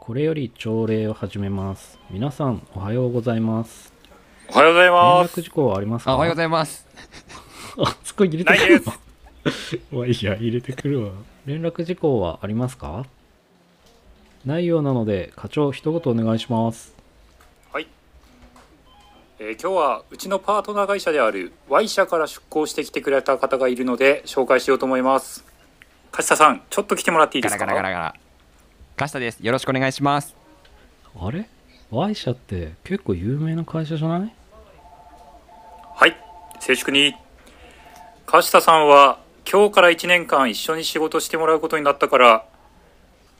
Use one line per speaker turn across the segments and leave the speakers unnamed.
これより朝礼を始めます。皆さん、おはようございます。
おはようござい
連
ます
絡。事項はありますか
あおはようご
ざい
ざいます。
ます。あ、そこ入れて
ない
くる
で す。
わ。まあいいや、入れてくるわ。連絡事項はありますかないようなので、課長、一言お願いします。
はい。えー今日はうちのパートナー会社である Y 社から出向してきてくれた方がいるので紹介しようと思います。勝田さん、ちょっと来てもらっていいで
ガ
す
ラ
か。
ガラガラガラ。カシタです。よろしくお願いします。
あれ ?Y 社って結構有名な会社じゃない
はい、静粛に。勝田さんは今日から1年間一緒に仕事してもらうことになったから、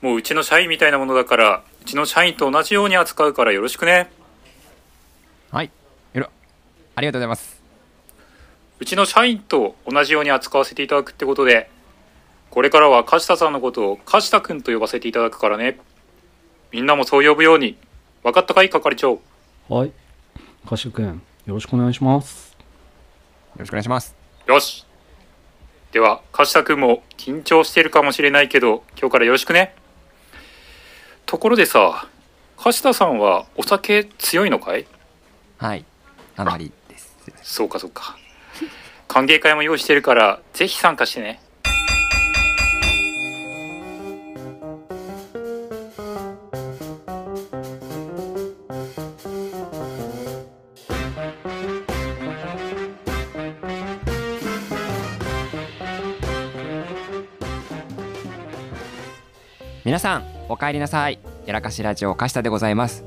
もううちの社員みたいなものだから、うちの社員と同じように扱うからよろしくね。
はい。よろ。ありがとうございます。
うちの社員と同じように扱わせていただくってことでこれからは梶田さんのことを梶田君と呼ばせていただくからねみんなもそう呼ぶように分かったかい係長
はい。カシュ君、よろしくお願いします。
よろしくお願いします。
よしでは梶田君も緊張してるかもしれないけど今日からよろしくねところでさ梶田さんはお酒強いのかい
はい。あんまりです。
そうかそうか歓迎会も用意してるからぜひ参加してね
皆さんお帰りなさい。やらかしラジオカシタでございます。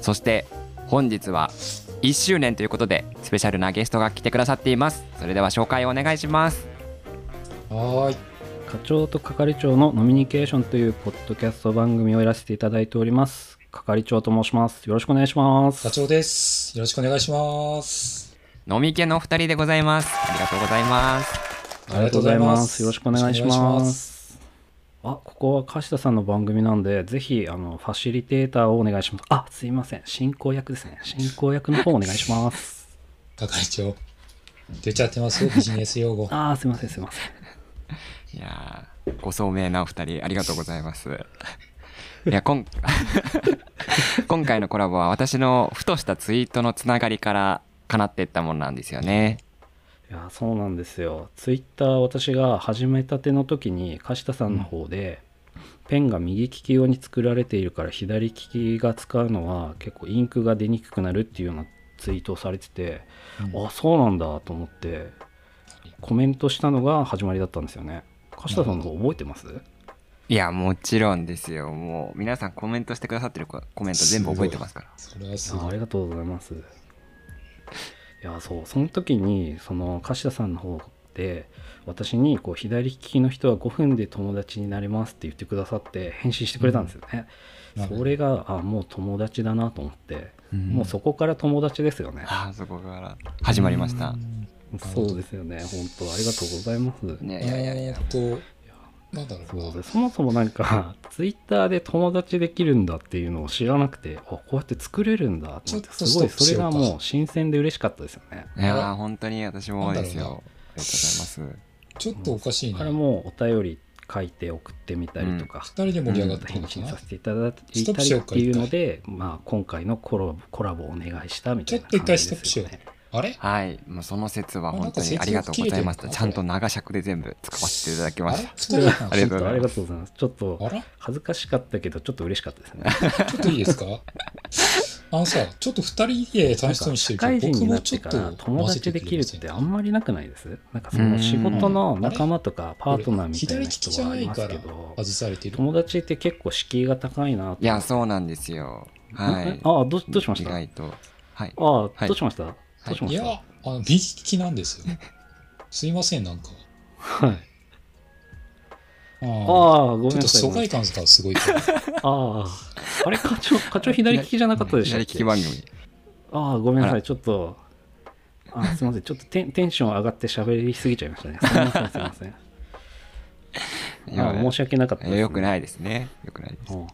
そして本日は1周年ということでスペシャルなゲストが来てくださっています。それでは紹介をお願いします。
はーい。
課長と係長のノミニケーションというポッドキャスト番組をやらせていただいております。係長と申します。よろしくお願いします。
社長です。よろしくお願いします。
飲み家のお二人でございます。ありがとうございます。
ありがとうございます。よろしくお願いし
よろくお願
ま
いし
す。あ、ここは柏田さんの番組なんで、ぜひ、あの、ファシリテーターをお願いします。あ、すいません。進行役ですね。進行役の方お願いします。
係長。出ちゃってますよ、ビジネス用語。
あー、すいません、すいません。
いやーご聡明なお二人ありがとうございます。 いやこん 今回のコラボは私のふとしたツイートのつながりからかなっていったものなんですよね。
いや、そうなんですよ。ツイッター、私が始めたての時に、柏田さんの方で、ペンが右利き用に作られているから左利きが使うのは結構インクが出にくくなるっていうようなツイートをされてて、
うん
あそうなんだと思ってコメントしたのが始まりだったんですよね柏田さんの方覚えてます
いやもちろんですよ。もう皆さんコメントしてくださってるココメント全部覚えてますから。
それはす
あ
ご
あ
い。
りがとうございますいやそうその時にその柏田さんの方で私にこう左利きの人は5分で友達になれますって言ってくださって返信してくれたんですよね、
なるほど
それがあもう友達だなと思って、
うん
もうそこから友達ですよね
あそこから始まりました。
そうですよね本当ありがとうございます、
いやいやいやい
え
や。
ーっと、なんだろう
そう
な。
でそもそもなんか ツイッターで友達できるんだっていうのを知らなくてあこうやって作れるんだと思って
ちょっと
すごい
ストップ
そ
し
れ
よ
が
うか
もう新鮮で嬉しかったですよね
いやー本当に私もです
なん
よ。あり
だ
がとうございます。
ちょっとおかしい
だ
な。
から
二
もうお便り書いて送ってみたりとか、
人で盛り上
ま
がったてる
返
のか
信
な
さ。せていただいたり
ストップしよう
っ
か
ていうので、まあ、今回のコラボコラボお願いしたみたいな
ちょっと一
感
回
じ
ストッ
で
プ
す
しよ
よ
う
ね。
あれ
はい、もうその説は本当
あなん
に
か
ありがとうございました。
説明切れてるのか
ちゃんと長尺で全部使わせていただきま
あ
し
れ
た。
二人なの
ありがとうござい
ちょ
ます
っありがとうございます。ちょっ
あ
と
ら
恥ずかしかったけど、ちょっと嬉しかったですね。
ちょっといいですかあのさ、ちょっと二人で楽しそうにして
社会
るけど、
人
僕
にな
も
っ
ち
て
ょっ
から
と
友達できるってあん
ま。
まりなくないですなんかその仕事の仲間とかパートナーみたい
左
な
利き
人
じゃ
はあ
ない
ります
から
けど、
外されてる。
友達って結構敷居が高いなと
いや、そうなんですよ。は
え
い。
あ、どうどうしましたあ
意外と。はい。
ど
はいう
しました、どうしま
い
した
や、あの、右利きなんですよ。 すいません、なんか。
はい。あ
あ
あ、
あ
ごめん
ちょっ
な
と
さい。
疎
ごめん
外
なさい
感がすごいから。
ああ。あれ、課長、課長左利きじゃなかったでしたっ
左利
け
き番組。
ああ、ごめんなさ
あ
い。ちょっと、あすいません。ちょっとテンテンション上がって喋りすぎちゃいましたね。すいません、すいません。
いや
あ申し訳なかったです、
よくないですね。よくないです。
うん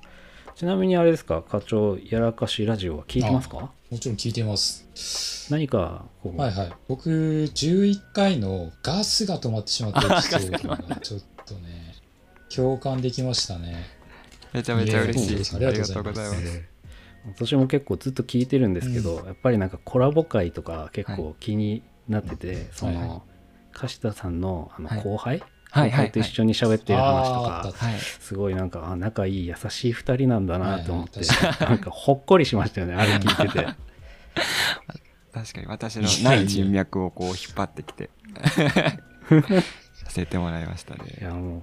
ちなみにあれですか、課長、やらかしラジオは聞いてますか
もちろん聞いてます。
何かこう、
はいはい。僕、11回のガスが止まってしまったエピソードがちょっとね、共感できましたね。
めちゃめちゃ嬉
いえいえ
しい。
あ
あ
り
りが
がと
と
う
う
ご
ご
ざ
ざ
い
い
ま
ますす。。
私も結構ずっと聞いてるんですけど、やっぱりなんかコラボ会とか結構気になってて、その、
はいは
樫田さんのあの
はい
後輩、
はい
後
は
輩
い
と。一緒に喋ってる話と
あーあ
か、
った
はい。
すごいなんかあ仲いい優しい2人なんだなと思って、
はいはい
なんかほっこりしました よねあれ聞いてて
確かに私のない人脈をこう引っ張って きてさせてもらいましたね。
いやもう
い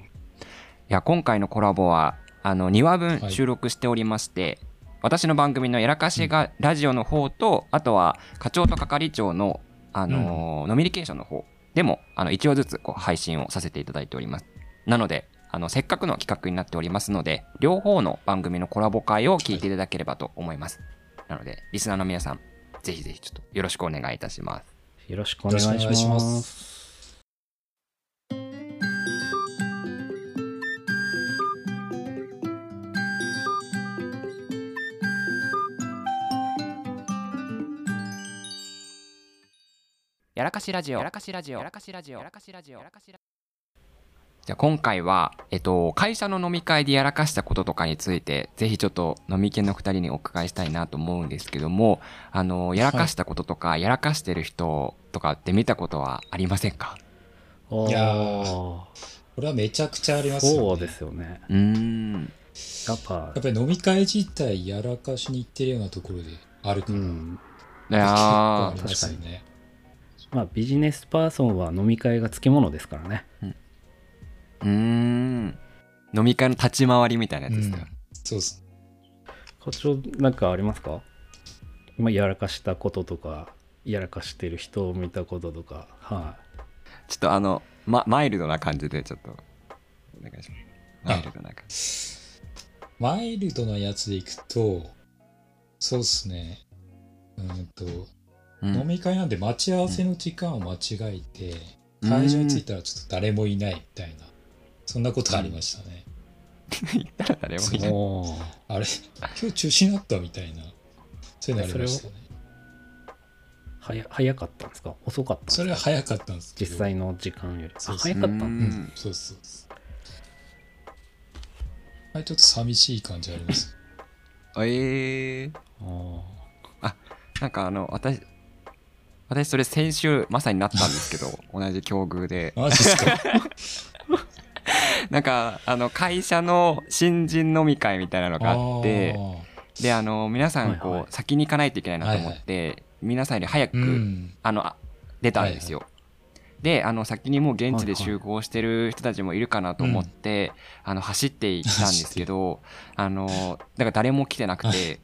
や今回のコラボはあの2話
は
分
い
収録しておりまして、私の番組のやらかしがラジオの方と、あとは課長と係長の、あのーノミニケーションの方でもあの1話ずつこう配信をさせていただいておりますなのであのせっかくの企画になっておりますので両方の番組のコラボ会を聞いていただければと思います、なのでリスナーの皆さんぜひぜひちょっとよろしくお願いいたします
よろしくお願いします
よろしくお願いします
やらかしラジオ。やらかしラジオ。やらかしラジオ。やらかしラジオ。やらかしラジオ。じゃあ今回は、えっと、会社の飲み会でやらかしたこととかについて、ぜひちょっと飲み系の二人にお伺いしたいなと思うんですけども、あの、やらかしたこととか、やらかしてる人とかって見たことはありませんか
おー
いやーこれはめちゃくちゃありますよ、ね。
そうですよね
うーん。
やっぱ
やっぱり飲み会自体やらかしに行ってるようなところである
う
から、
ん
い
結構
や
あり
ー
ますよね。
まあビジネスパーソンは飲み会がつきものですからね
うーん。飲み会の立ち回りみたいなやつですか、
うんそうです。
課長なんかありますか今やらかしたこととかやらかしてる人を見たこととかは
ちょっとあの、ま、マイルドな感じで、ちょっと、お願いします。マイルドな感じ。
マイルドなやつで行くと、そうですね。うーんと、
うん
飲み会なんで待ち合わせの時間を間違えて、
うん
会場に着いたらちょっと誰もいないみたいな、そんなことありましたね。
行ったら誰もい
い
ない。
おー
あれ、今日中止になったみたいな、そういうのありましたね。
はや早かったんですか遅かったんです
そ
か
れは早かったんですけど。
実際の時間より
そ
あ
うそう
早かったんだ
う
うん、そうそうそう。あれちょっと寂しい感じあります。
ええ
あ
なんかあの私私それ先週まさになったんですけど同じ境遇で
マジっすか
なんかあの会社の新人飲み会みたいなのがあってであの皆さんこう、
はいはい
先に行かないといけないなと思って、皆さんより早く、
あーうん。
あのあ出たんですよ、であの先にもう現地で集合してる人たちもいるかなと思って、あの走って行ったんですけどあのだから誰も来てなくて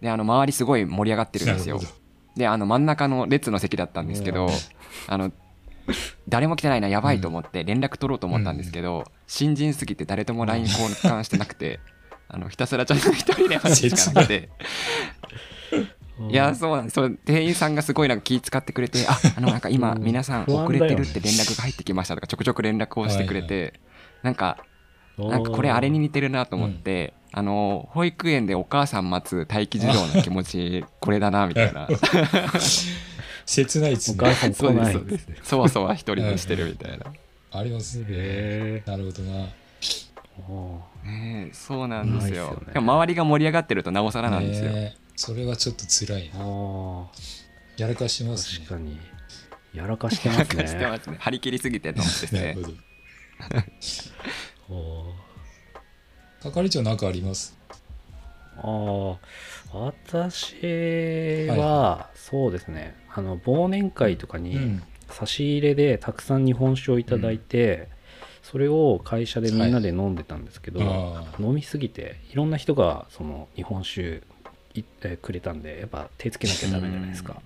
であの周りすごい盛り上がってるんですよ
なるほ
であの真ん中の列の席だったんですけど
うん
あの誰も来てないなやばいと思って連絡取ろうと思ったんですけど、新人すぎて誰とも LINE 交換してなく てあのひたすらちゃんと一人で話しかなくて。
ー
いや、そうなんです。その店員さんがすごいなんか気遣ってくれて、あ、あの、なんか今、
うん
皆さん
不安
遅
だ
れ
よね
てるって連絡が入ってきましたとか、ちょくちょく連絡をしてくれて、なんか、
おー
なんかこれあれに似てるなと思って、あの、保育園でお母さん待つ待機児童の気持ち、これだな、みたいな。
切ないです
お
ね
母。さん
そ
来
うで
な
す、
い
そうです。そわそわ一人でしてるみたい な。
ありますね。
へ
なるほどな。
ーおー
ねえそうなんです
ないっす
よ
よね。
でも周りが盛り上がってるとなおさらなんですよ。
ねえそれはちょっと辛いな。
あ
やらかしま
ー
す
確
ね。
かにやらかして
な
ま
ん
す
かして
ね
ますね。張り切りすぎてと思っ てです
な
ね
る。ほど。
おー
係長なんかあります
ああ私はそうですねあの忘年会とか
う
に。差し入れでたくさん日本酒をいただいてそれを会社でみんなで飲んでたんですけど、
あ
飲みすぎていろんな人がその日本酒いえーくれたんでやっぱ手つけなきゃダメじゃないですか。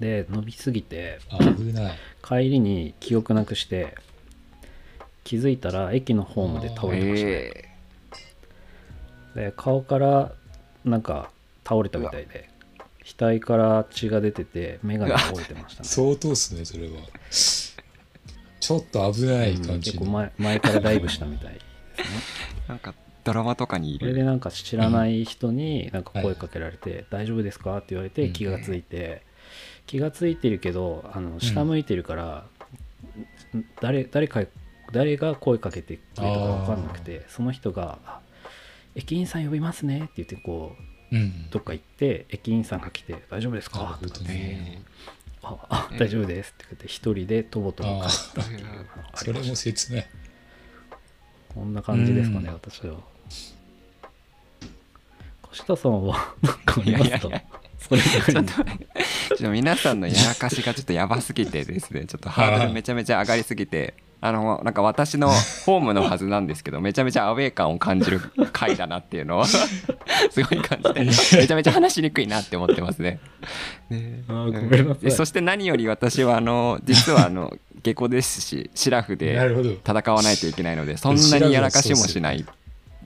で飲みすぎて
あ、危ない。
帰りに記憶なくして気づいたら駅のホームで倒れてました、ね
え
で顔からなんか倒れたみたいで額から血が出てて眼鏡が折れてましたね。
相当っすね、それは。ちょっと危ない
うん
感じ
結
の。
構前前からダイブしたみたいですね。
ーなんかドラマとかにい
それ
る。
でなんか知らない人になんか
はい
声かけられて「大丈夫ですか?」って言われて
うん
気がついて気がついてるけどあの下向いてるからん誰誰か誰が声かけてくれたか分かんなくてその人があ駅員さん呼びますね」って言ってこう
うん。
どっか行って駅員さんが来て「大丈夫ですか?」
なるほ
とか
ど
って
ね
え
「ああ大丈夫です」って言って一人でとぼとぼ帰ったっていうのがあ
そ
り
れ
ま
も
した
切ない。
こんな感じですかね
うん
私は越田さんは なんかありますか
いやいやいや
それ
ー
以
ちょ
外
っ
に
と、ちょっと皆さんのやらかしがちょっとやばすぎてですね、ちょっとハードルめちゃめちゃ上がりすぎて、あの、なんか私のホームのはずなんですけど、めちゃめちゃアウェー感を感じる回だなっていうのを、 すごい感じて、めちゃめちゃ話しにくいなって思ってますね。ね
あーごめんなさい
でそして何より私は、あの、実はあの、下校ですし、シラフ
な
で
るほど。
戦わないといけないので、そんなにやらかしもしない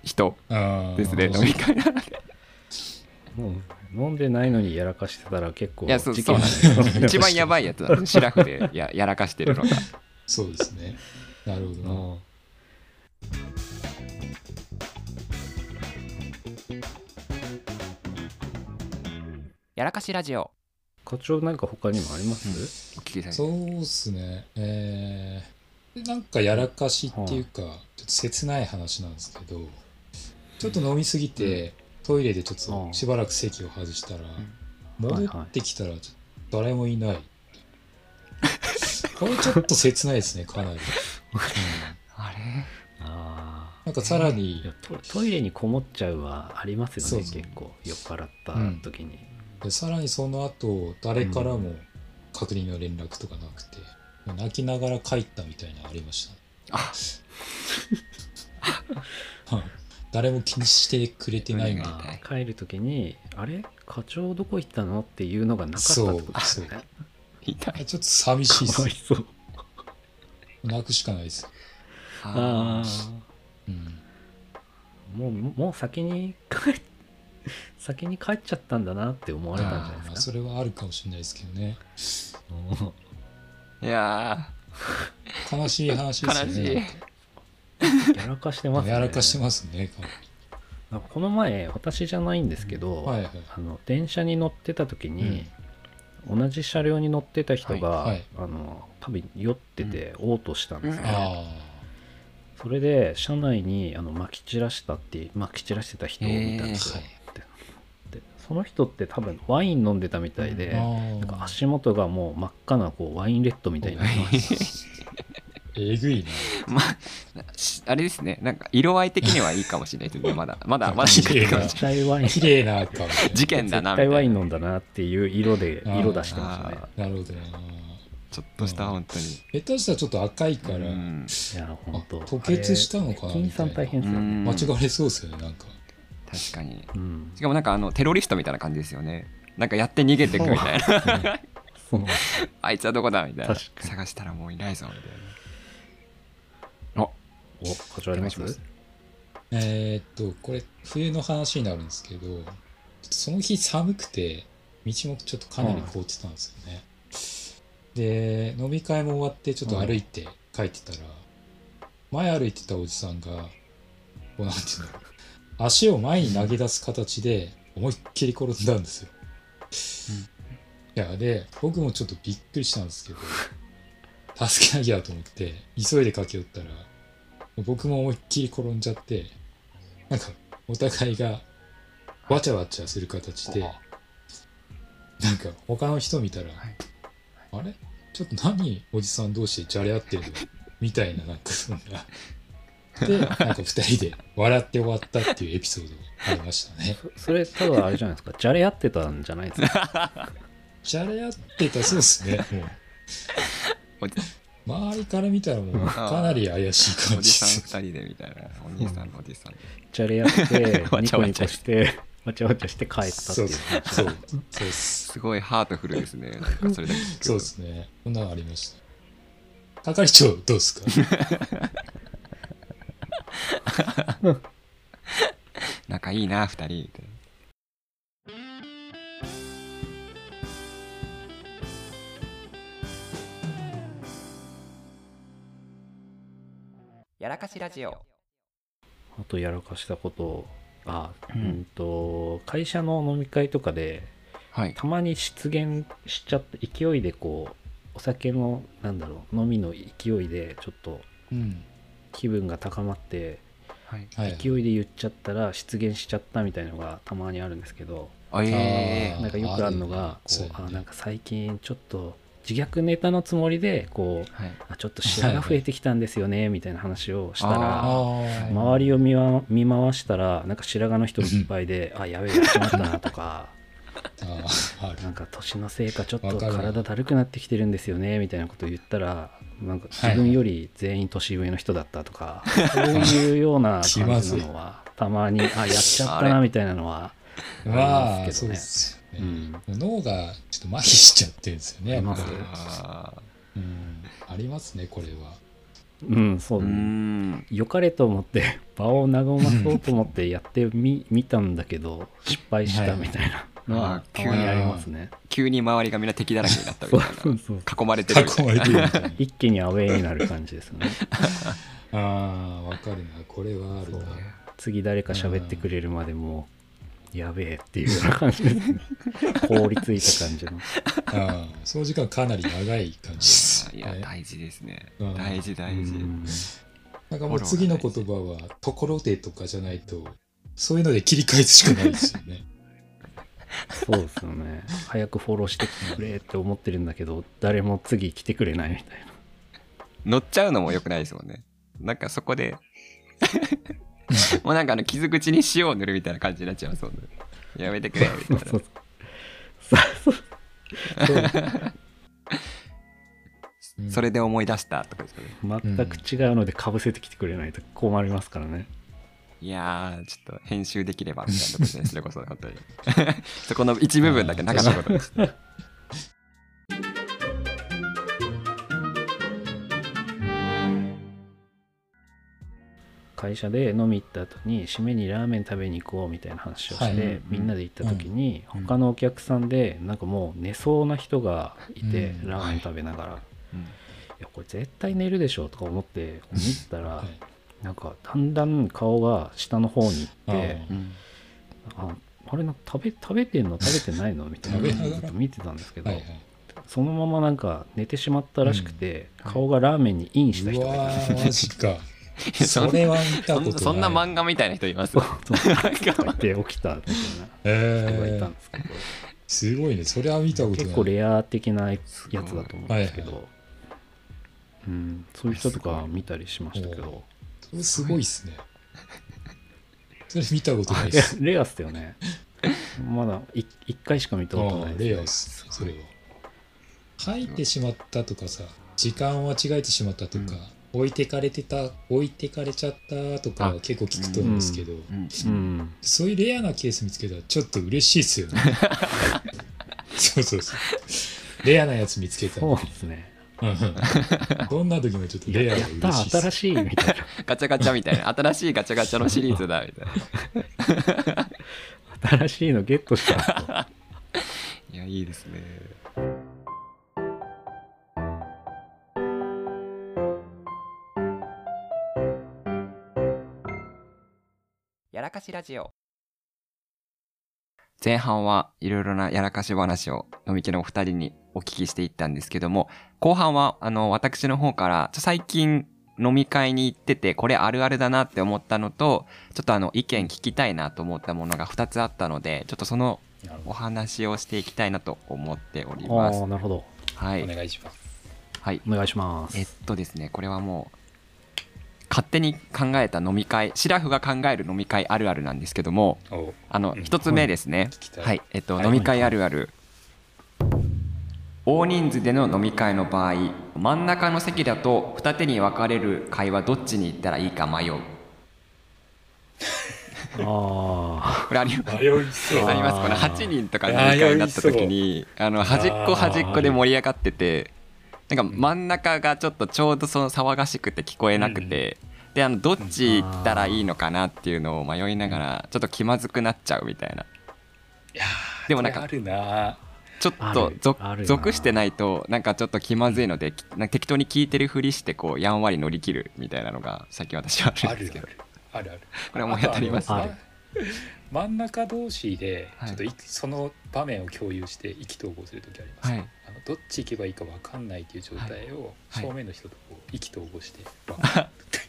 人
あー
ですね、飲み会なので
もう飲んでないのにやらかしてたら結構
いや、そう
事
そう
件
な
に
んですよ。一番や
い
ばいやつだ、シラフでややらかしてるのが。
そうですね。なるほどな。
やらかしラジオ。
課長なんか他にもあります、
お聞きしたいです
そうっすね。えー、でなんかやらかしっていうか、ちょっと切ない話なんですけど、ちょっと飲みすぎて、トイレでちょっ
うん
としばらく席を外したら、
はい
戻
はい
ってきたら、ちょっと誰もい ない。これちょっと切ないですね、かなり。うん
あれ
あ
なんかさら
ーい
に
や、トトイレにこもっちゃうはありますよね
そうそう
結構酔っ払った時に、
でさらにその後、誰からも確認の連絡とかなくて、泣きながら帰ったみたいなのありました、
あ
はい。誰も気にしてくれてないみたいな
あ。ー帰る時に「あれ課長どこ行ったの?」っていうのがなかったってことですね
そう
痛い。
あちょっと寂しい で
かわい
す。
そう
泣くしかないです。
ああ
うん、
もうもう先に帰っ 先に帰っちゃったんだなって思われたんじゃ
あ
ない
ーま
で
あ
す
そ
か
れはあるかもしれないですけどね。
うん
いや
悲しい話
ー
ですよ
悲しい
ね。。
やらかしてますね
やらかしてますね。
なんかこの前私じゃないんですけど、
はいはい。
あの電車に乗ってた時に、同じ車両に乗ってた人が、
はいはい
あの多分酔ってて嘔吐したんですね、
うん
あ
それで車内にあの撒き散らしたって撒き散らしてた人を見たんですよ、でその人って多分ワイン飲んでたみたいで、
あ。あ
なんか
あ。
足元がもう真っ赤なこうワインレッドみたいになってました
えぐいな。
まあ、しあれですね、なんか色合い的にはいいかもしれないですね、まだ、まだ、まだいいかもしれない
絶対ワイン
綺麗 な顔。
事件だな、
絶対
みたい
ワイン
な。
飲んだなっていう色で
あー
色出してましたね
あ
なるほどな。
ーちょっとした、本当に。
下手したらちょっと赤いから、
うん
いや本当
あ吐血したのかな
あれ駅員さん大変ですよね
間違われそうですよね、なんか。
確かに。
うん
しかもなんかあのテロリストみたいな感じですよね。なんかやって逃げてくみたいな。
そう
あいつはどこだみたいな。
確かに
探したらもういないぞみたいな。
おこちらあります
お願いし
えーっと、これ、冬の話になるんですけど、ちょっとその日寒くて、道もちょっとかなり凍ってたんですよね。で、飲み会も終わって、ちょっと歩いて帰ってたら、前歩いてたおじさんが、こうなんていうの、足を前に投げ出す形で、思いっきり転んだんですよ。いや、で、僕もちょっとびっくりしたんですけど、助けなきゃと思って、急いで駆け寄ったら、僕も思いっきり転んじゃって、なんか、お互いが、わちゃわちゃする形で、なんか、他の人見たら、あれちょっと何、おじさん同士でじゃれ合ってるのみたいな、なんかそんな。 で、なんか二人で笑って終わったっていうエピソードがありましたね。
そそれただあれじゃないですかじゃれ合ってたんじゃないです か
じゃれ合ってた、そうですね。もう
おじ
周りから見たらもう、かなり怪しい
お
感
じ
じ
さん
です。
2人でみたいな。お兄さんとおじさん。
じゃれ合って
わ
ニ
ちゃ
コ
わ
ニ
ちゃ
コしてわちゃわちゃして帰ったって
そ
いうう
そうそうそうっす。
すごいハートフルですね。なんかそれだけ聞くと
そうですね。こんなのありました。係長、どうですか
仲いいな、2人みたいな。やらかしラジオ。
あとやらかしたことあう
うんん
と会社の飲み会とかで
はい。
たまに失言しちゃって勢いでこうお酒のなんだろう飲みの勢いでちょっと
うん。
気分が高まって
はい。
はいはい
勢いで言っちゃったら出現しちゃったみたいのがたまにあるんですけど
あえ
あー
なんかよくあるのがこ
そう
う
だね
あなんか最近ちょっと自虐ネタのつもりでこう
ーはい。
あちょっと白が増えてきたんですよねみたいな話をした
あ
ら
ー
ああ。
周りを見わ見回したらなんか白髪の人いっぱい で「あやべえやっちまったな」とか
あー
「
あ
なんか年のせいかちょっと
わかる
体だるくなってきてるんですよね」みたいなことを言ったらなんか自分より全員年上の人だったとか、そういうような感じなのはたまに「あやっちゃったな」みたいなのは
る。ま
あり
あ、
ますけ
そ
どね
うですよ
う
ね。
ん
脳がちょっと麻痺しちゃってるんですよね、やっぱ
あります
り
ね。
あ
うんありますね、これは。
うんそ
ーう
う
ーん。
良かれと思って場を和まそうと思ってやってみ見たんだけど失敗したみたいなの
はい
はたまにありますね。
急に周りがみんな敵だらけになったみ
そ
た
う
い
そうそう
な。囲まれてるみた
囲
い
まれてるみたいな。
一気にアウェーになる感じですね。
ああ、わかるな。これはあるね。
次誰か喋ってくれるまでもうやべえっていうような感じです ね。凍りついた感じの。
ああ、その時間かなり長い感じです。
な。いや、
ね
大事ですね
うん。
大事、大事
う。ん
なんかもう次の言葉は、ところでとかじゃないと、そういうので切り替えるしかないですよね。
そうですよね。早くフォローしてくれって思ってるんだけど誰も次来てくれないみたいな。
乗っちゃうのも良くないですもんね。なんかそこで、もうなんかあの傷口に塩を塗るみたいな感じになっちゃいますもんね。やめてくれみたいな。
そうそう。そうそう
うん
それで思い出したとかですかね。
全く違うのでかぶせてきてくれないと困りますからね。
いやー、ちょっと編集できればみたいなとこですね、それこそ、本当に。 そこの一部分だけなかったことですね。
会社で飲み行った後に締めにラーメン食べに行こうみたいな話をして、
はいうん
うん
みんなで行った時に、
うん
他のお客さんでなんかもう寝そうな人がいて、
うん
ラーメン食べながら、い、
うん
やこれ絶対寝るでしょとか思って見たら、
はい
なんかだんだん顔が下の方に行って
あ
うん
ああれなんか食べ食べてんの食べてないのみたいな
食べながら
ずっと見てたんですけど、
はいはい。
そのままなんか寝てしまったらしくて、
うんはい
顔がラーメンにインした人
う
がいたん
わ
です
ー、マジ
い
か。
や
そ
そん
れは
そ
見たことなんい。
そんな漫画みたいな人います
そう そうとか言って起きたみたいな人がい
え
た
ー
ん、ですけど。
すごいね。それは見たことない。
結構レア的なやつだと思うんですけど、
すごい
うん、そういう人と
す
か
ごい
見たりしましたけど、
それすごいっすね。それ見たことないっ
いや
す。
レアっすよね。まだい一回しか見た
あ
ことない
あ、レアっ
です
すね、それは。書いてしまったとかさ、時間を間違えてしまったとか、置いてかれてた、置いてかれちゃったとか
あ
結構聞くと思うんですけど、
うん
ね。うん、
そういうレアなケース見つけたらちょっと嬉しいっすよね。そうそうそう。レアなやつ見つけたら、
そうですね。
うんどんな時もちょっとレア
や
が
やった
嬉しいっす。
新しいみたい な。
ガチャガチャみたいな、新しいガチャガチャのシリーズだみたいな。
新しいのゲットしたと。
いや、いいですね。やらかしラジオ。前半はいろいろなやらかし話を飲み家のお二人にお聞きしていったんですけども、後半はあの私の方からちょ最近飲み会に行っててこれあるあるだなって思ったのと、ちょっとあの意見聞きたいなと思ったものが2つあったので、ちょっとその
なる
お
ほ
話をしていきたいなと思っており
ああ
ます
ー、。なるほど。
は
どお
い。
願いします。
はい。
お願いします。
えっとですね、これはもう、勝手に考えた飲み会、シラフが考える飲み会あるあるなんですけども、
お
あの、
うん
一つ目ですね
聞き。たい
はい。えっと、
はい
飲み会あるある。大人数での飲み会の場合、真ん中の席だと二手に分かれる会はどっちに行ったらいいか迷う。
あ
これあります。
迷いそ
ありますこの8人とかの飲み会になった時にあの端っこ端っこで盛り上がっててなんか真ん中がちょっとちょうどその騒がしくて聞こえなくて、であのどっち行ったらいいのかなっていうのを迷いながらちょっと気まずくなっちゃうみたいない
やー
でもなんか
これあるな
ちょっと
ある
ぞ
あるよな
属してないとなんかちょっと気まずいのできなんか適当に聞いてるふりしてこうやんわり乗り切るみたいなのが最近私はある
あ
んで
る
すけど
あるあるある
これはもうやってあります
ある
真ん中同士で
はい
ちょっといその場面を共有して意気投合する時あります、
はい
あのどっち行けばいいか分かんないという状態を
は い
正面の人とこう意気投合して、
あー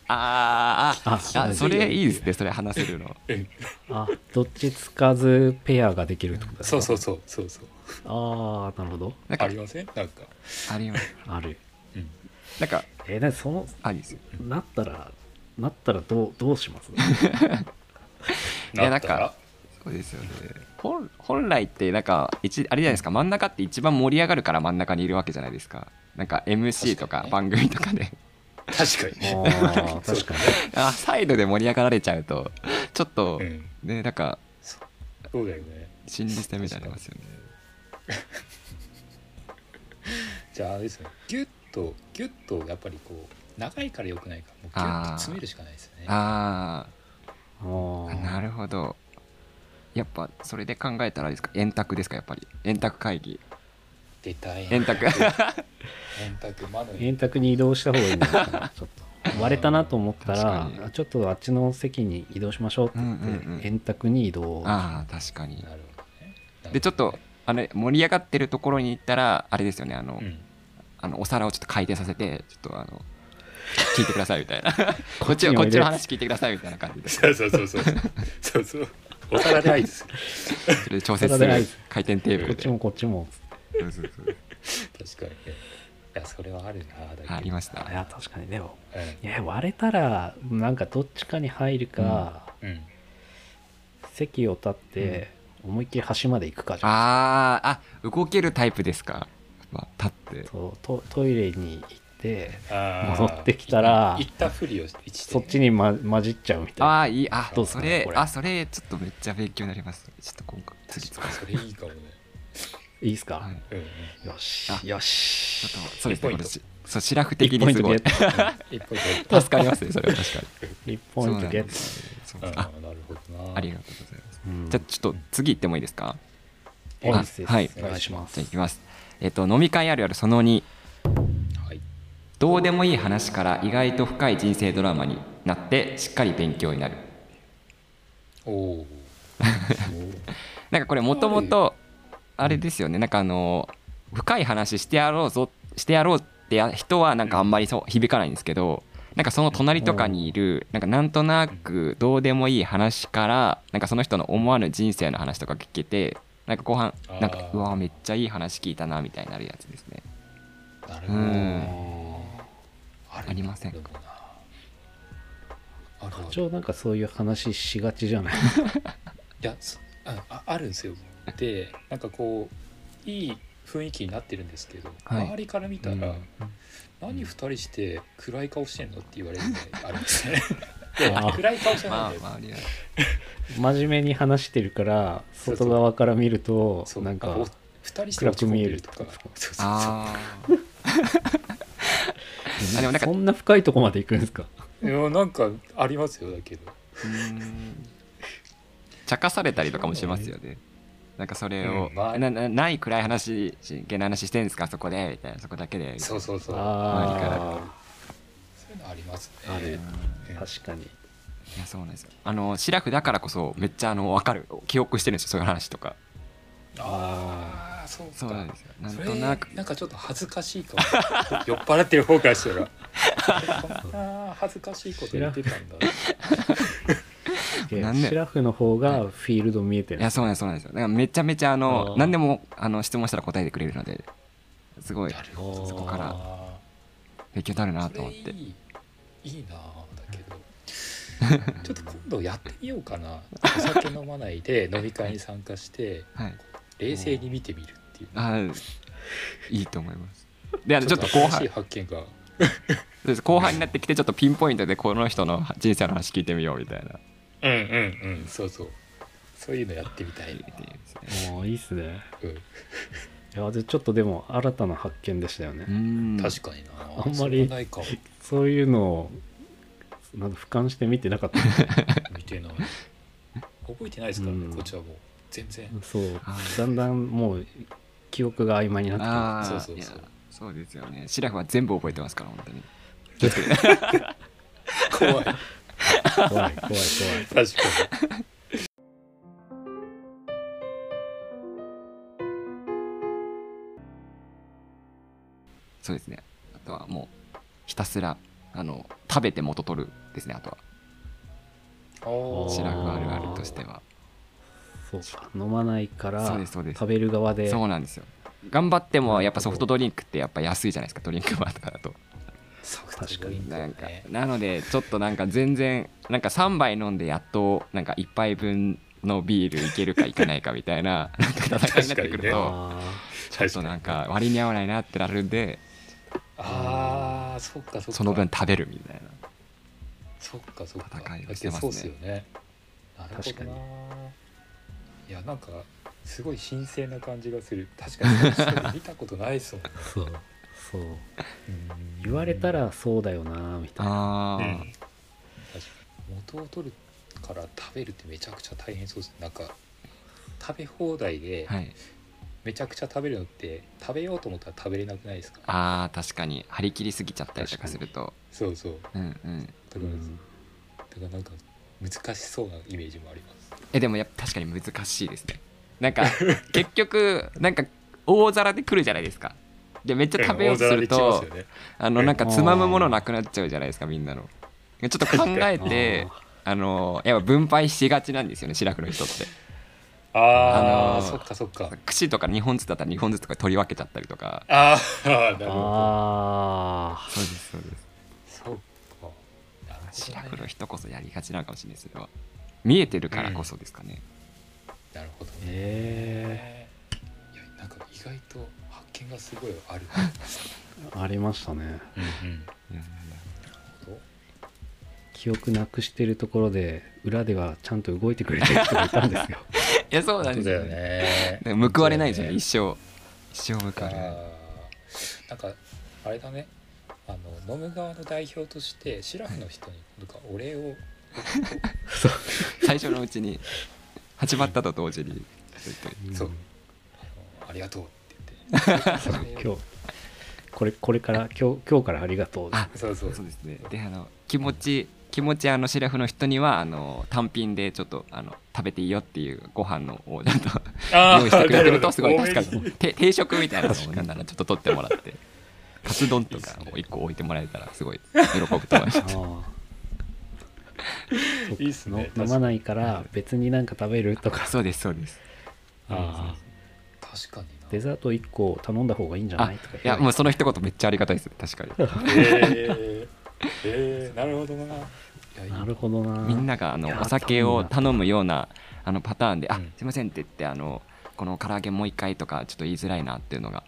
あ
あ
あそれいいですねそれ話せるの
あどっちつかずペアができるってことです
そ
か
うそうそうそうそう
ああなるほど
なん
あ
か
りませんなんか
あります
ある
なんか
えー、でその
ありですよ
なったらなったらどうどうします
いや
なった
なん
ら
かそうですよね本本来ってなんか一あれじゃないですか真ん中って一番盛り上がるから真ん中にいるわけじゃないですかなんか MC とか
確か
番組とかで
確 かに
あ
ね
ー確かに
あサイドで盛り上がられちゃうとちょっと
うん
ねなんか
そうだよね
心理戦みたいになりますよね
じゃああれですねギュッとギュッとやっぱりこう長いからよくないからもうギュッと詰めるしかないですよね
あ
あ
あ
ー
なるほどやっぱそれで考えたらあれですか円卓ですかやっぱり円卓会 議
出たい
円卓
円卓マヌ エ
円卓に移動した方がいいんですか ねちょっと割れたなと思ったら
確かに
あちょっとあっちの席に移動しましょうって言って、
うんうんうん
円卓に移動
ああ確かに
なるほどね
でちょっとあの盛り上がってるところに行ったらあれですよねあの、
うん
あのお皿をちょっと回転させてちょっとあの聞いてくださいみたい なこっち
に
は
お
こ
い
っ
で
ちの話聞いてくださいみたいな感じで
そうそうそうそうそうそうお皿で合図する
それで調節す
それで合
る
図
回転テーブ
こっ
ル
ち
で
もこっちも
そうそうそう
確かにねいやそれはあるなだけど
ありました
いや確かにでも
う
いや割れたらなんかどっちかに入るか、
んうん
席を立って思いっきり端まで行くかじゃん、
あーあ動けるタイプですか、まあ、立って
そうトトイレに行って
あー
戻ってきたら
い行ったふりをしてね
そっちに、ま、混じっちゃうみたいな
ああいいあ
どうです
そ
か
れ
これ
あそれちょっとめっちゃ勉強になりますちょっと今回次
確
使
かにそれいいかもね
いいですか、
う、はい、
うんうん
よ
あ
しよ
ちょ
し
っとそうですね
一ポイン
こ
ト
れしそうシラフ的
1ポイ
に
ン
す
ト
ご
ゲ
い
ット
一歩一 歩
助かりますねそれは確かに
1ポイ ントゲット
そう
あ
なんですよねそう
あ
あ
なるほどな
ありがとうございます
うん
じゃあちょっと次行ってもいいですか
いい
あ
です
はい
お願いしま
じ
す
ゃあいきます。えっと、飲み会あるあるその2、
はい
どうでもいい話から意外と深い人生ドラマになって、しっかり勉強になる。
おお
なんかこれ、もともと、あれですよね、なんかあの、深い話してやろうぞ、してやろうってや人は、なんかあんまりそう響かないんですけど、なんかその隣とかにいる、なんかなんとなくどうでもいい話から、なんかその人の思わぬ人生の話とか聞けて、なんか後半、なん
あ
か
ー、
うわ、めっちゃいい話聞いたな、みたいになるやつですね。
なる
う
ほど
ん。
ある
ありません
でもなあるあ
一
る
応なんかそういう話しがちじゃない
いやそあああるんですよでなんかこういい雰囲気になってるんですけど、
はい
周りから見た
うん
ら、
うん
何二人して暗い顔してんのって言われるのがありますね
あ
暗い顔してない
ま
んで
あ、まあ、あり がとう
真面目に話してるから
そう
外側から見ると
そう
な
なんん
か
か二人して落ち込んでるとか
暗く見えると
そうそうそう
ああ。 あでもなんか
そんな深いとこまで行くんですか
いやなんかありますよだけど
うーん茶化されたりとかもしますよね。なんかそれを、
うんまあ
ななない暗い話、真剣な話してんですか、そこで、みたいな、そこだけで。
そうそうそう
周りから
あ
そういうのありますね
ある
うん
あ確かに
いや、そうなんですよ。あの、シラフだからこそ、めっちゃ、あの、わかる、記憶してるんですよ、そういう話とか。
ああそうか
そうなんですよ。なん
そ
と
れ
なく。
なんかちょっと恥ずかしいかも 酔っ払ってる方からしたら そんな恥ずかしいこと言ってたんだ
で
なんで
シラフの方がフィールド見えて
い
る
や、そうなんです、そうなんですよ。だから、めちゃめちゃ、あの
あ、ー
何でも、あの、質問したら答えてくれるので。すごい、
なるほど
そこ
から勉強になるなと思っ
それ
て。
いいいいなあだけど ちょっと今度やってみようかなお酒飲まないで飲み会に参加して
はい。
冷静に見てみるっていう
あーいいと思います。で、あの、ちょっと後
新し
半
い。発見が
そうです後半になってきてちょっとピンポイントでこの人の人生の話聞いてみようみたいな
うんうんうんそうそうそういうのやってみたい、
もういいっすね
うん
いやでちょっとでも新たな発見でしたよね、
うん
確かにな
あんまり
そないかも
そういうのをなんか俯瞰して見てなか ったですね
見てない覚えてないですからね、
うん
こっちはもう全 然
そう
あー
だんだんもう記憶が曖昧になってきま
ああ
そう
そ
そうう
そ
そうう
そうですよねシラフは全部覚えてますから本当に
怖
す怖
い
い怖い怖い
確か
そうですねあとはもうひたすらあの食べて元取るですねあとは
ー
白くあるあるとしては
そうか飲まないから
そうですそうです
食べる側で
そうなんですよ頑張って
なるほ
も
ど
やっぱソフトドリンクってやっぱ安いじゃないですかドリンクバーとかだと
確かに
なんか
ね
なのでちょっとなんか全然なんか3杯飲んでやっとなんか1杯分のビールいけるかいかないかみたい ななんか戦いになってくる
確
と
あ
ちょっとなんか割に合わないなってなるんで
ああ、そっかそっか。
その分食べるみたいな
そっかそっか。
戦いをしてますね
そうですよね。なるほ
確か
ど
に
な。いやなんかすごい神聖な感じがする。確かにそういう人見たことないですもん。
ーそうそう
うん
言われたらそうだよなみたいな
あー、
うん確かに元を取るから食べるってめちゃくちゃ大変そうです。なんか食べ放題で
はい
めちゃくちゃ食べるのって食べようと思ったら食べれなくないですか。
あー確かに張り切りすぎちゃったりとかすると
そうそう。
うんうん
だから、だからなんか難しそうなイメージもあります。
えでもやっぱ確かに難しいですねなんか結局なんか大皿で来るじゃないですかでめっちゃ食べようとすると
大皿で来ますよね
あのなんかつまむものなくなっちゃうじゃないですかみんなのちょっと考えてあのやっぱ分配しがちなんですよね白くの人って
あ
あのー
あ、そっかそっか。
串とか2本ずつだったら2本ずつとか取り分けちゃったりとか
ああ、なるほど。
ああ
そうですそうです
そっか。なるほ
白
ど
黒
ね。
人こそやりがちなのかもしれないですよ見えてるからこそですかね、
なるほどね。
え
いや、なんか意外と発見がすごいある。
ー、ありましたね
うんうん。
いやい
記憶なくしてるところで裏ではちゃんと動いてくれてる人がいたん ですよ
やいやそうなんですよね
ね
だから報われないじゃん、
そうだよね
一生一生報われない
あーなんかあれだねあの飲む側の代表としてシラフの人になんかお礼を
最初のうちに始まったと同時にそう言って
そうあのありがとうっ て言って
今日これこれから今日今日からありがとう
あ
そうそう
そうですねであの気持ち気持ちあのシラフの人にはあの単品でちょっとあの食べていいよっていうご飯のをちゃんと
あ ー
用意してくれてると
な
す
る
ご
ほ
い
ど
助かるて定食みたいなのをなんならちょっと取ってもらってカツ丼とかを1個置いてもらえたらすごい喜ぶと思います
あーそっか
いいっすね
の飲まないから別になんか食べるとか
そうですそうです
あ
確かにな
デザート1個頼んだ方がいいんじゃ
あ
ない
い
とか
やもうその一言めっちゃありがたいです確かに
えー、えー、なるほどな。いやいい
なるほどな
みんながあの
いや
お酒を頼むようなあのパターンで「あ
うん
すいません」って言ってあのこの唐揚げもう一回とかちょっと言いづらいなっていうのが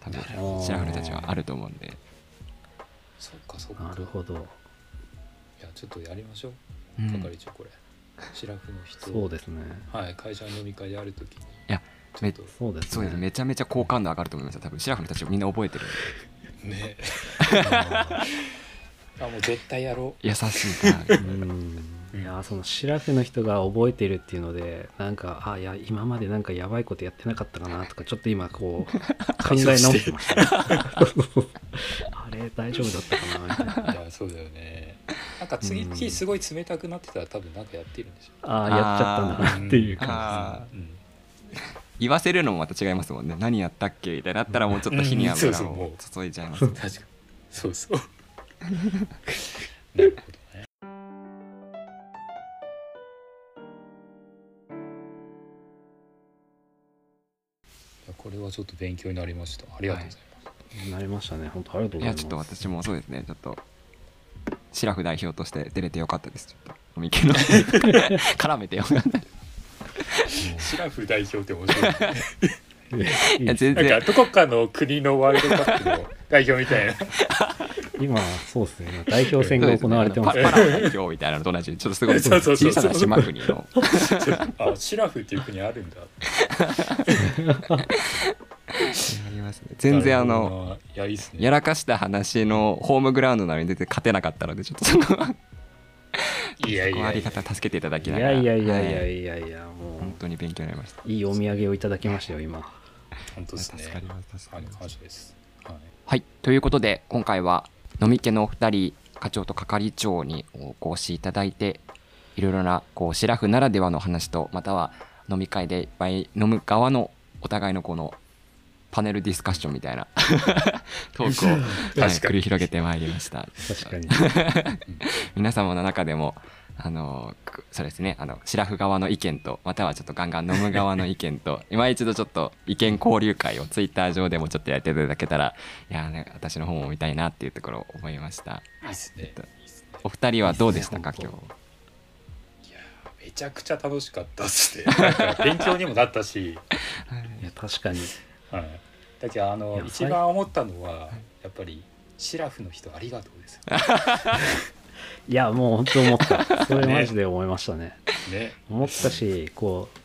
多分
ほど
白古たちはあると思うんで、
そっかそっか。
なるほど
いやちょっとやりましょう。
うん
係長これ。シラフの人。
そうですね
はい会社の飲み会であるときに。
や
ちょっと
そうですね
そうですめちゃめちゃ好感度上がると思いますよ多分シラフの人たちをみんな覚えてるんで
ね。あもう絶対やろ
優しいから
うんいやそのシラフの人が覚えてるっていうのでなんかあいや今までなんかやばいことやってなかったかなとかちょっと今こう考え直してましたね、あれ大丈夫だったかなみたいな
う。いやそうだよね。なんか次
うん
日すごい冷たくなってたら多分なんかやってるんでしょ
ああやっちゃったんだな っていう感
あー
う。うん。
言わせるのもまた違いますもんね何やったっけみたいになったらもうちょっと火に
うん
油
そうそうも
を
う
注いじゃいますね、
確かに。そう そう。なるほどね。いやこれはちょっと勉強になりました。ありがとうございます。
じになりましたね本当ありがとうござ
い
い
や
ます
ちょっと私もそうですねちょっとシラフ代表として出れてよかったですちょっと飲み気の 絡めてよかった
シラフ代表って面 白い。
い
い
や
や全
なん
然
かどこかの国のワールドカップの代表みたいな。
今そうですね今代表戦が行われてます
そうですねパパラ代表みたいなのと同じでちょっとすごい
そうそうそう
小さな島国 の
あ、シラフっていう国あるんだ。
全然あ
なるほ
の
どな。いや、いいっすね。
やらかした話のホームグラウンドなのに出て勝てなかったのでちょっとその
いやい
終わ
や
り
いや。
方助けていただき
い
なが
や
ら
いやいやいや
はい
いやいやも
本当に勉強になりました
ういいお土産をいただきましたよ今
本当ですね。
助かります助か
はい
りま、す
感謝です。はい。
はいということで今回は飲み家のお二人課長と係長にお越しいただいていろいろなこうシラフならではの話とまたは飲み会でいっぱい飲む側のお互いのこのパネルディスカッションみたいな トークを、はい、
確か
繰
に
り広げてまいりました
確かに。
皆様の中でもあのくそうですねあのシラフ側の意見とまたはちょっとガンガン飲む側の意見と 今一度ちょっと意見交流会をツイッター上でもちょっとやっていただけたらいやー、ね、私の方も見たいなっていうところを思いました
いいっす ね。
お二人はどうでしたか
いいっす
今
ね
日
めちゃくちゃ楽しかったっすね。 なんか勉強にもなった
い
し、
や確かに。
はい、だけどあ
い
の
や
一番思ったのはやっぱりシラフの人ありがとうですよ
いや、もう本当思 った。それマジで思いましたね。
ね。
思ったし、こう、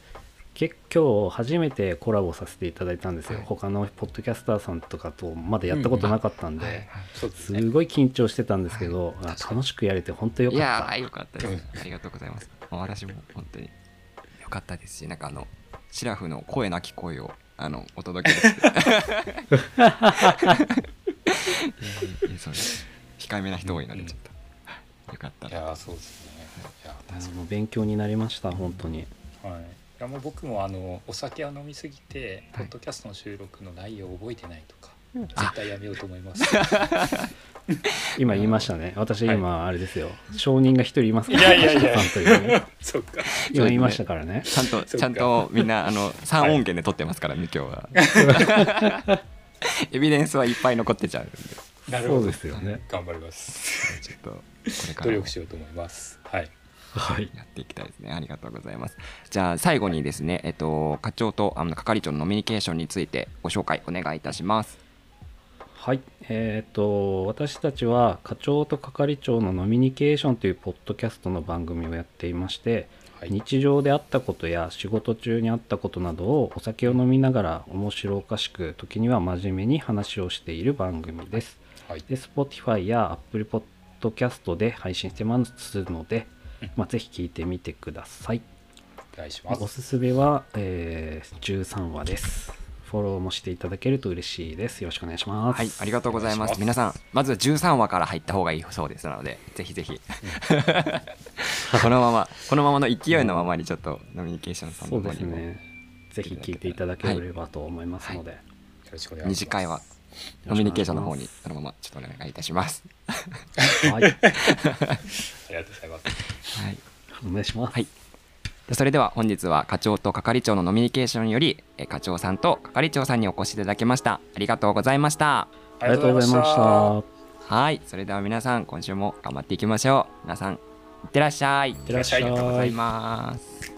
結今日初めてコラボさせていただいたんですよ。
はい
他のポッドキャスターさんとかとまだやったことなかったんで、
そうですね。
すごい緊張してたんですけど、あ楽しくやれて本当よ
い
かっ
や
た。
ーよかったですありがとうございますもう私も本当によかったですしなんかあのシラフの声なき声をあのお届け できていやいやいやそうです控えめな人多いのでちょっと、はいよかった
いやそうですね。いや
いやもう勉強になりました、本当に。
はい。いやもう僕もあのお酒を飲みすぎて、ポ
はい
ッドキャストの収録の内容を覚えてないとか、
あ
絶対やめようと思います。
今言いましたね。私今、あれですよ。証人が一人いますから、
いやいやいや
橋田さんというね
そっか。
今言いましたからね。
ちゃんと
そっか
ちゃんとみんなあの3音源で撮ってますからね、今日は エビデンスはいっぱい残ってちゃうんでち
なるほ
そ
ど。
うですよね。
頑張ります。
ょっとこれか
努
らも
力しようと思います。はい。
はい。
やっていきたいですね。ありがとうございます。じゃあ最後にですね、えっと課長とあの係長のノミニケーションについてご紹介お願いいたします。
はい、えっ、と私たちは課長と係長のノミニケーションというポッドキャストの番組をやっていまして、
はい。
日常であったことや仕事中にあったことなどをお酒を飲みながら面白おかしく時には真面目に話をしている番組です。
はい。
で Spotify や Apple Podcast で配信してますので、まあ、ぜひ聞いてみてください。
お願いしま
お
す。
すすめは、えー13話です。フォローもしていただけると嬉しいです。よろしくお願いします。
はい、ありがとうございま
お願いします
す。皆さん、まずは13話から入った方がいいそうですなので、ぜひぜひこのままこのままの勢いのままにちょっとノミニケーションさん
そ
の
う
方
です
にも、
ね。ぜひ聞いていただければと思いますので、
よろしくお願いします。
短いは
よろしくお願いします
ノミニケーションの方にそのままちょっとお願いいたします。
はい、
ありがとうございます。
はい。
お願いします。
はいそれでは本日は課長と係長のノミニケーションよりえ課長さんと係長さんにお越しいただきましたありがとうございました
ありがとうございました。いっ
はいそれでは皆さん今週も頑張っていきましょう皆さんいってらっしゃいいって
らっしゃ
い
ありがとうござい
い。
ます